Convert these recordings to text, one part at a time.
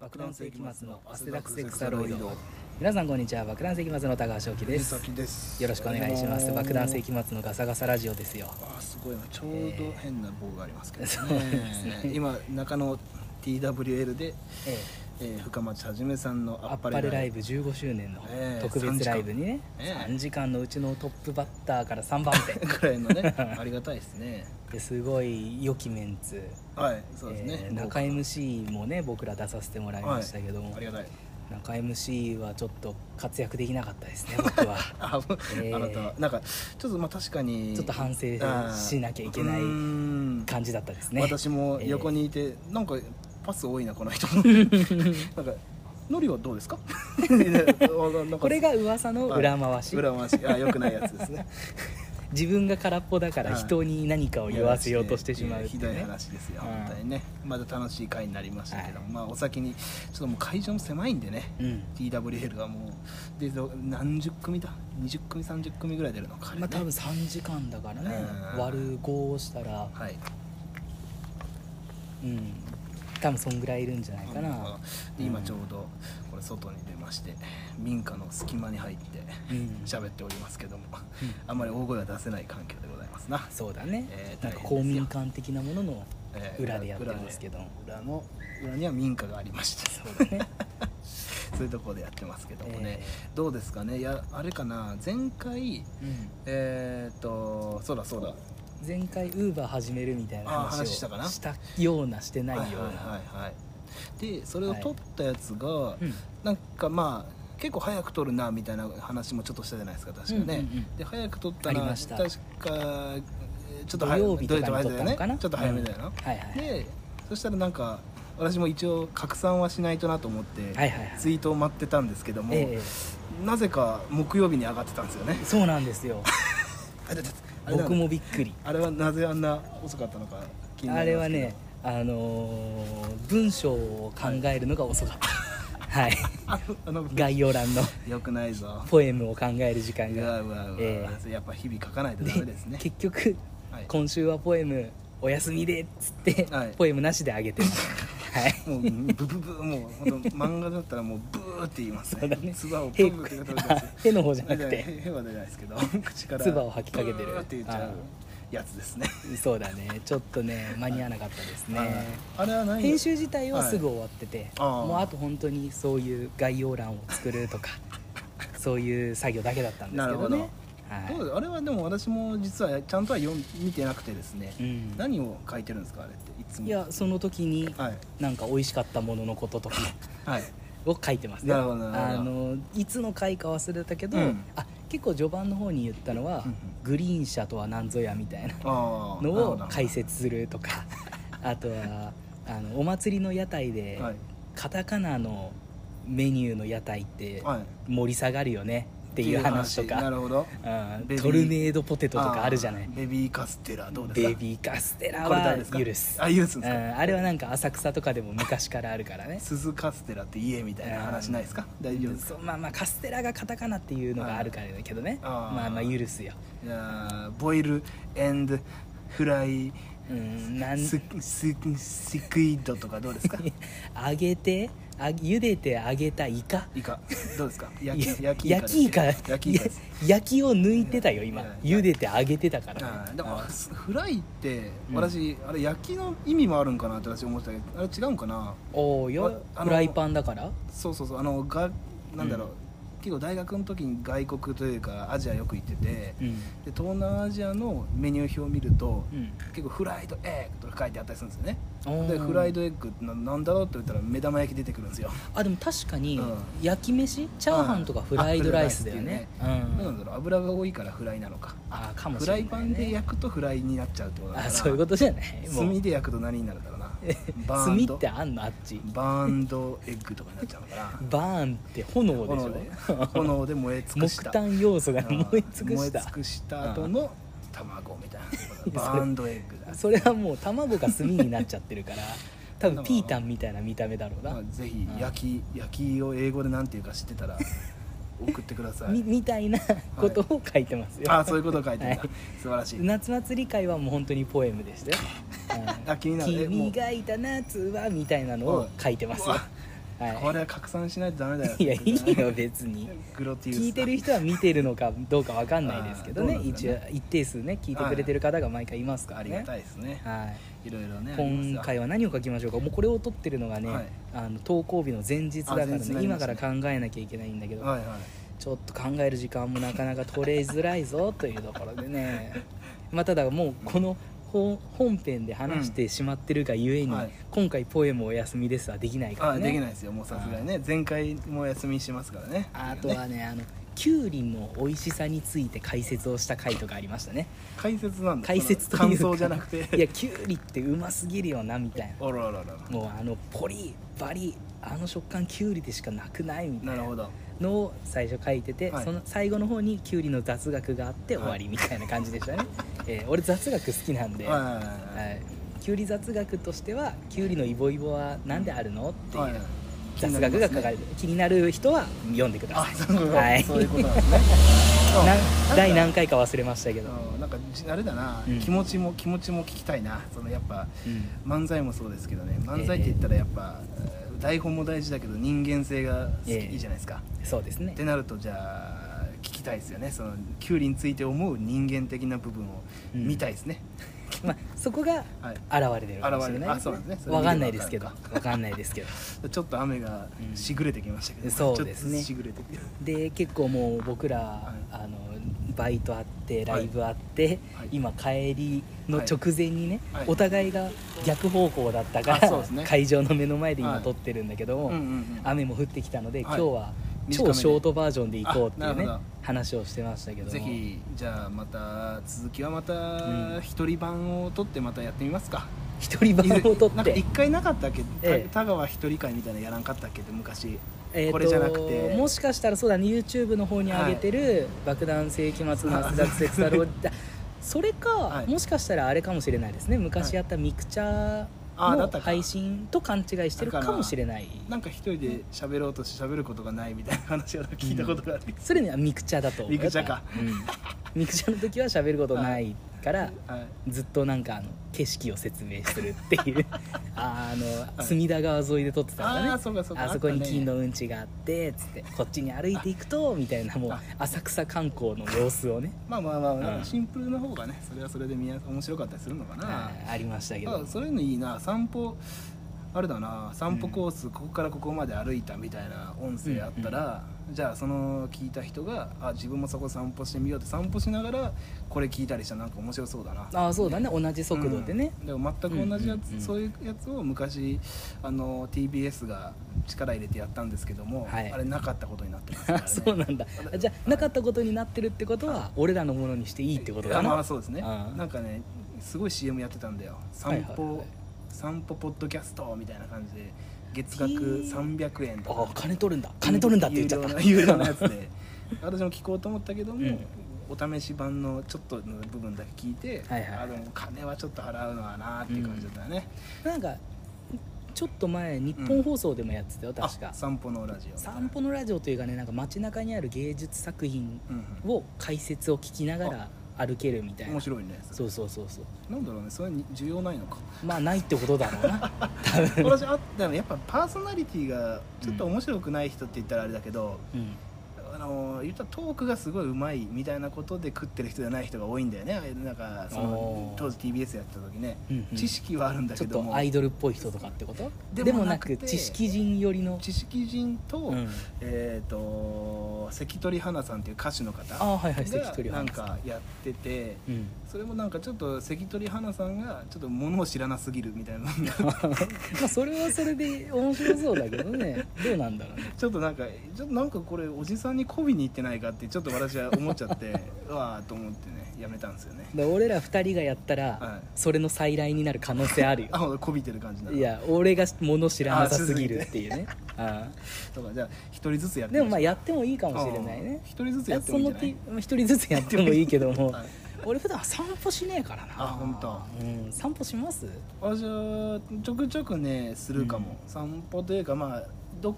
爆弾世紀末の汗だくせ草ロイド皆さんこんにちは爆弾世紀末の高橋樹です先ですよろしくお願いします爆弾世席紀末のガサガサラジオですよあーすごいなちょうど変な棒がありますけど ね,、そうですね今中野 TWL で、ええー深町はじめさんのえあアッっパぱレれラライイブブ15周年のええ特別ライブにね三時間ええ3時間のうちのトップバッターから3番手 くらいのね ありがたいですねですごい良きメンツはいそうですね、えー中 MC もね僕ら出させてもらいましたけども、はい、ありがたい中 MC はちょっと活躍できなかったですね僕はあ、えーあなたはなんかちょっとまあ確かにちょっと反省しなきゃいけないあーうーん感じだったですね私も横にいて、なんかパス多いなこ の人なんかノリはどうですか ここれが噂の裏回し、裏回しあよくないやつですね自分が空っぽだからはい人に何かを 言わせようとしてしまうってひいどういね話ですようん本当にねまだ楽しい回になりましたけど、はまあお先にちょっともう会場も狭いんでねうん TWL がもうでど何十組だ20組30組ぐらい出るのか、あれまあね多分3時間だからねうん割る5をしたらはいうん多分そんぐらいいるんじゃないかなで今ちょうどこれ外に出まして民家の隙間に入ってうん喋っておりますけども、あんまり大声は出せない環境でございますな、そうだねえーなんか大公変ですよ民館的なもののえー裏でやってますけど裏裏の裏には民家がありましてそうだねそういうところでやってますけどもね、えどうですかねいやあれかな前回うんえー、っとそうだそうだ前回ウーバー始めるみたいなあ話ーを話したかなしたようなしてないようはないはいはいはいでそれをはい撮ったやつが、うんなんかまあ結構早く撮るなみたいな話もちょっとしたじゃないですか確かね、うんうんうんで早く撮ったありらました確かえーちょっと土早曜日とかに土曜撮ったのかなちょっと早めだよな、はいはいでそしたらなんか私も一応拡散はしないとなと思って、はいはいはいツイートを待ってたんですけども、ええなぜか木曜日に上がってたんですよねそうなんですよあれだあれだ僕もびっくりあれはなぜあんな遅かったのか気にあなれりはますけどねあのー文章を考えるのが遅かったはい、 あのあの概要欄のよくないぞポエムを考える時間うわがうわうわ、えやっぱ日々書かないとでダメですね結局、はい今週はポエムお休みでっつって、はいポエムなしであげ てるはいもうブブブもう本当漫画だったらもうブーって言いますそうだね唾をブへーって言うと手の方じゃな出くててへは出ないですけど口から唾を吐きかけてるブーって言っちゃうやつですねそうだねちょっとね間に合わなかったですね、あれはない編集自体はすぐ終わってて、あーもうあと本当にそういう概要欄を作るとか そういう作業だけだったんですけどなるねはいどうあれはでも私も実はちゃんとは読ん見てなくてですね、うん何を書いてるんですかあれっていつもいやその時にはいなんか美味しかったもののこと とかはいを書いてますねなるほどなあるほどのいつの回か忘れたけど、うんあ結構序盤の方に言ったのは、うんうんグリーン車とは何ぞやみたいなあのーなるほをど解説すると かあとはあのお祭りの屋台で、はいカタカナのメニューの屋台ってはい盛り下がるよねっていう話となか、るほどうんベビートルネードポテトとかあるじゃないーベビーカステラどうですかベビーカステラこれは誰ですか許すあ許すうん、んですかあれはなんか浅草とかでも昔からあるからね鈴カステラって言えみたいな話ないですか大丈夫ですかそうまあまあカステラがカタカナっていうのがあるからだけどねあーまあまあ許すよいやーボイルエンドフライうんなんスススクイッドとかど うですか揚げてあ茹でて揚げたイカイカどうですかいや焼き焼焼ききイカです焼きイカですいや焼きを抜いてたよ今いやいや茹でて揚げてたからあーでもあーすフライって私、あれ焼きの意味もあるんかなって私思ってたけどあれ違うんかなおおよああフのライパンだからそうそうそうあのがなんだろう、結構大学の時に外国というかアジアよく行ってて、うんで東南アジアのメニュー表を見ると、うん結構フライドエッグとか書いてあったりするんですよねおーでフライドエッグってななんだろうって言ったら目玉焼き出てくるんですよあでも確かにうん焼き飯チャーハンとかフライドライスだよねうどうなんんだろう油が多いからフライなのかあーかもしフれなラいイねパンで焼くとフライになっちゃうってことだあからそういうことじゃないもう炭で焼くと何になるんだろうなバー ン炭ドってあんのあっちバーンドエッグとかになっちゃうのかなバーンって炎で炎でしょ炎で燃え尽くした木炭要素がうん燃え尽く燃えし尽たくした後の卵みたいな バーンドエッグだそれはもう卵が炭になっちゃって るから多分ピータンみたいな見た目だろうまなあ、ぜひ焼き焼きを英語でなんていうか知ってたら送ってくださみいみたいなことを書いてますよ、あそういうこと書いてんだ、はい素晴らしい夏祭り会はもう本当にポエムでしたよ あ気になるえもう君がいた夏はみたいなのを書いてますようわはいこれは拡散しないとダメだよいやいいよ別 にグロティウスだ聞いてる人は見てるのかどうかわかんないですけどねあーどうなんです一か応ね一定数ね聞いてくれてる方が毎回いますからありねがたいですねはいろいろねい、今回はは何を書きましょうかもうこれを撮ってるのがね、はいあの投稿日の前日だからあ前日ねになり今ましかたらね考えなきゃいけないんだけど、はいはいちょっと考える時間もなかなか取れづらいぞというところでね まあただもうこの本本編で話してしまってるがゆえに、はい今回「ポエムお休みです」はできないからあねできないですよもうさすがにね前回もお休みしますからねあとはねあのきゅうりの美味しさについて解説をした回とかありましたね解説なんだ解説というか感想じゃなくていやきゅうりってうますぎるよなみたいなあららららもうあのポリバリあの食感きゅうりでしかなくないみたないるなほどのを最初書いてて、はいその最後の方にきゅうりの雑学があって終わりみたいな感じでしたね、 えー俺雑学好きなんで、はいはいははいいはいきゅうり雑学としてはきゅうりのイボイボはなんであるのっていうはいはい雑学が書かれて、気になる人は読んでくだあさいそういうことはいそういうことなんです ねそうなか第何回か忘れましたけど、うんなんかじあれだな、うん気持ちも気持ちも聞きたいなそのやっぱうん漫才もそうですけどね漫才って言ったらやっぱ、えー台本も大事だけど人間性が好き、ええいいじゃないですかそうですねってなるとじゃあ聞きたいですよねそのキュウリについて思う人間的な部分をうん見たいですね、まあ、そこがはい現れてるかもしれない現れるあそうなんですねそれわかんないですけど見ればわかんないですけどちょっと雨がうんしぐれてきましたけど、そうですねちょっとしぐれてきてで結構もう僕ら、いあのバイトあってライブあって、はい今帰りの直前にね、はいお互いが逆方向だったから、あそうですね会場の目の前で今はい撮ってるんだけども、うんうんうん雨も降ってきたので、はい今日は短め超でショートバージョンで行こうっていうあなねるほど話をしてましたけどもぜひじゃあまた続きはまうたん一人版を撮ってまたやってみますか一人番を取なっんかて、一回なかったっけ、ええ田川一人会みたいなのやらんかったっけって昔えーとこれじゃなくてもしかしたらそうだね YouTube の方に上げてる爆弾世紀末の汗だく節太 郎だそれか、はいもしかしたらあれかもしれないですね昔やったミクチャあーだったのか配信と勘違いしてるかもしれないなんか一人で喋ろうとして喋ることがないみたいな話を聞いたことがある、それにはミクチャだと思うミクチャか、うんミクチャの時は喋ることないからはいずっとなんかあの景色を説明するって いうあーあのはい隅田川沿いで撮ってたんだねあーそうかそうかあそこにあったね金のうんちがあってつってこっちに歩いていくとみたいなもうあ浅草観光の様子をねまあまあまあ、なんうんかシンプルな方がねそれはそれで見や面白かったりするのかなあーありましたけあどそういうのいいな散歩あれだな散歩コース、ここからここまで歩いたみたいな音声あったら、じゃあその聞いた人があ自分もそこ散歩してみようって散歩しながらこれ聞いたりしたらなんか面白そうだなああそうだね同じ速度でね、うんでも全く同じやつ、うんうんうんそういうやつを昔あの TBS が力入れてやったんですけども、はいあれなかったことになってますから、ねあ、 そうなんだあじゃあなかったことになってるってことは俺らのものにしていいってことだあまあなそうですねうんなんかねすごい CM やってたんだよはい散はい歩、散歩ポッドキャストみたいな感じで月へ額ー300円とああか金取るんだ金取るんだって言っちゃった有料な有料なやつ で私も聞こうと思ったけども、うんお試し版のちょっとの部分だけ聞いて、はいはいあでも金はちょっと払うのはなーっていう感じだったね、なんかちょっと前日本放送でもやってたよあ確か散歩のラジオ散歩のラジオというかねなんか街中にある芸術作品うんを解説を聞きながら歩けるみたいうんな面白いねそうそうそうそうなんだろうねそれに需要ない のかまあないってことだろうな 私あでもやっぱパーソナリティがちょっと面白くない人って言ったらあれだけど、うんあの言ったらトークがすごいうまいみたいなことで食ってる人じゃない人が多いんだよねなんかそのおー当時 TBS やってた時ね、うんうん知識はあるんだちけょっどともアイドルっぽい人とかってことででももななくくて知識人寄りの知識人と、うんえっ、と関取花さんっていう歌手の方ああはいはい関取がな花んさんかやっててうんそれもなんかちょっと関取花さんがちょっと物を知らなすぎるみたい なまあそれはそれで面白そうだけど ねどうなんだろうねちょっとなんかちょっとなんかこれおじさんに媚びに行ってないかってちょっと私は思っちゃって うわーと思ってねやめたんですよねだから俺ら2人がやったらはいそれの再来になる可能性あるよ あほら媚びてる感じなのいや俺が物知らなさすぎるっていうねあとかじゃあ一人ずつやあってでもまあややってもいいかもしれないね一人ずつやってもいいんじゃないその手一人ずつやってもいいけども、 はい俺普段散歩しねえからなあ本当うん散歩します私はちょくちょくねするかも、散歩というかまあどっ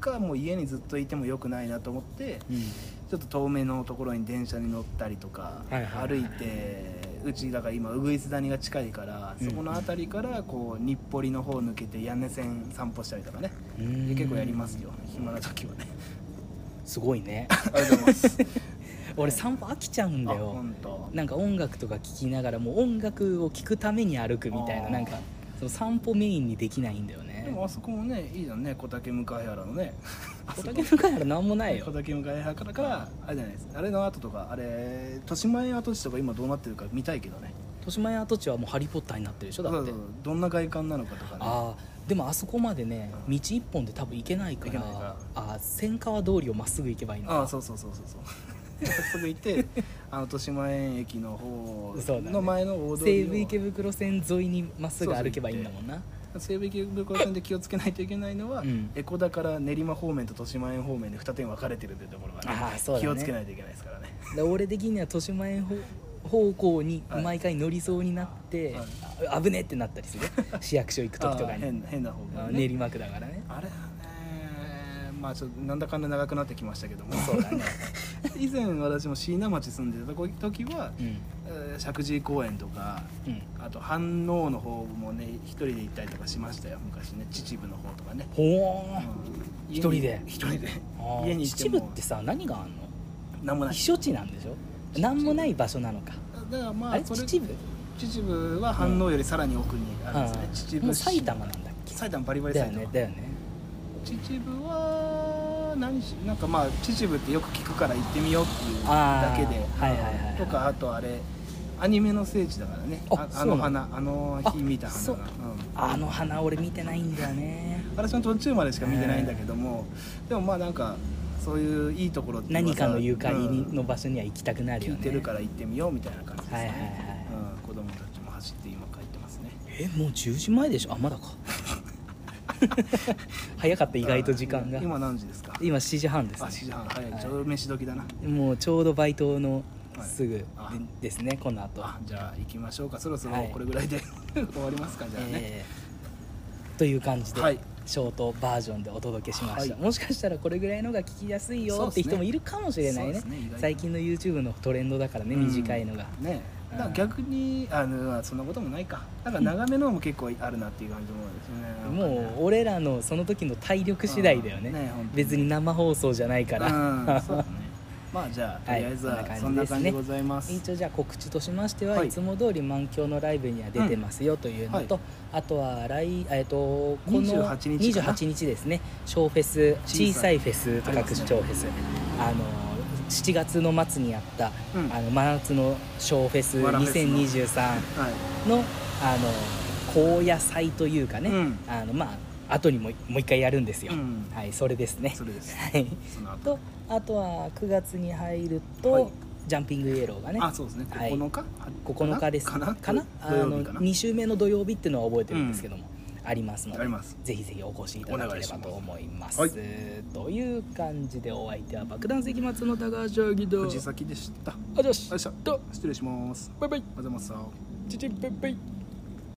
かもう家にずっといてもよくないなと思ってうんちょっと遠目のところに電車に乗ったりとか、はいはいはい歩いてうちだから今鶯谷が近いからそこの辺りからこう日暮里の方抜けて屋根線散歩したりとかね、うん結構やりますよ暇な時はねすごい ねありがとうございます俺散歩飽きちゃうんだよ本当なんか音楽とか聴きながらもう音楽を聴くために歩くみたいあなーなんかその散歩メインにできないんだよでねもあそこもねいいじゃんね小竹向原のね 小竹の会な何もないよ小竹向原からからあれじゃないですあれの後とかあれ豊島園跡地とか今どうなってるか見たいけどね豊島園跡地はもう「ハリー・ポッター」になってるでしょだってそうそうそうどんな外観なのかとかねああでもあそこまでねう道一本で多分行けないから行けないかあー千川通りをまっすぐ行けばいいんだああそうそうそうそうそうまっすぐ 行ってあの豊島園駅の方そうだねの前の大通り西を武池袋線沿いにまっすぐ歩けばいいんだもんな西武池袋線で気をつけないといけないのは、うん江古田から練馬方面と豊島園方面で二点分かれてるっていうところがねああそうだね気をつけないといけないですからねで俺的には豊島園方方向にはい毎回乗りそうになって、はいあ危ねえってなったりする市役所行く時とあかあに変変な方あが、練馬区だからねあれはねまあちょっとなんだかんだ長くなってきましたけどもそうだね 以前私も椎名町住んでた時は、うんえー石神井公園とかうんあと飯能の方もね一人で行ったりとかしましたよ昔ね秩父の方とかね、ほーうん一人で一人であー家に行っても秩父ってさ何があんの何もない避暑地なんでしょ何もない場所なのかだからまああれそれ秩父秩父は飯能よりさらに奥にあるんですね、うん秩父もう埼玉なんだっけ埼玉バリバリだよ埼玉、ねだよね秩父は何しなんかまあ秩父ってよく聞くから行ってみようっていうだあーけで、はいはいはいはいとかあとあれアニメの聖地だからねああそあうなのの花あの日見たそ花うが、うんあの花俺見てないんだよね私も途中までしか見てないんだけども、でもまあなんかそういういいところっていう何かのゆかりうにんの場所には行きたくなるよ聞いねてるから行ってみようみたいな感じですね、はいはいはいうん、子供たちも走って今帰ってますねえもう10時前でしょあまだか 早かった意外と時間が今何時ですか今7時半ですあ7時ね半早い、はいちょうど飯時だなもうちょうどバイトのすぐであですねこの後あじゃあ行きましょうかそろそろはいこれぐらいで 終わりますかじゃあね、えーという感じで、はいショートバージョンでお届けしました、はいもしかしたらこれぐらいのが聞きやすいそよっうですてね人もいるかもしれないそうでねすね意外と最近の YouTube のトレンドだからね、うん短いのがねうんだから逆にあのそんなこともないかなんか長めのも結構あるなっていう感じもですねもなんかうね俺らのその時の体力次第だよねうんね本当に別に生放送じゃないから、 うんそうだねまあじゃあとりあえずはいはこそんんな感じですねな感じでございます、一応じゃあ告知としましては、はいい、つも通り満響のライブには出てますよというのと、はあとは来、えっとこの28日かな28日ですね小フェス小小ささいいフェスとあり書まくすね小フェスあの7月の末にやった、うんあの真夏の小フェスわらフェスの2023はいのあの高野祭というかね、うんあのまあ後にももう一回やるんですよ、うんはいそれですねそれですはいその後とあとは9月に入ると、はいジャンピングイエローがねあそうですねはい9日、 9日ですかなかなあ土曜の日かな2週目の土曜日っていうのは覚えてるんですけども、ありますのでありますぜひぜひお越しいただければと思いますお願いしという感じでお相手は爆弾関松の高橋明と藤崎でしたよあじゃあしいしょと失礼しますバイバイおはようございますチチンバイバイ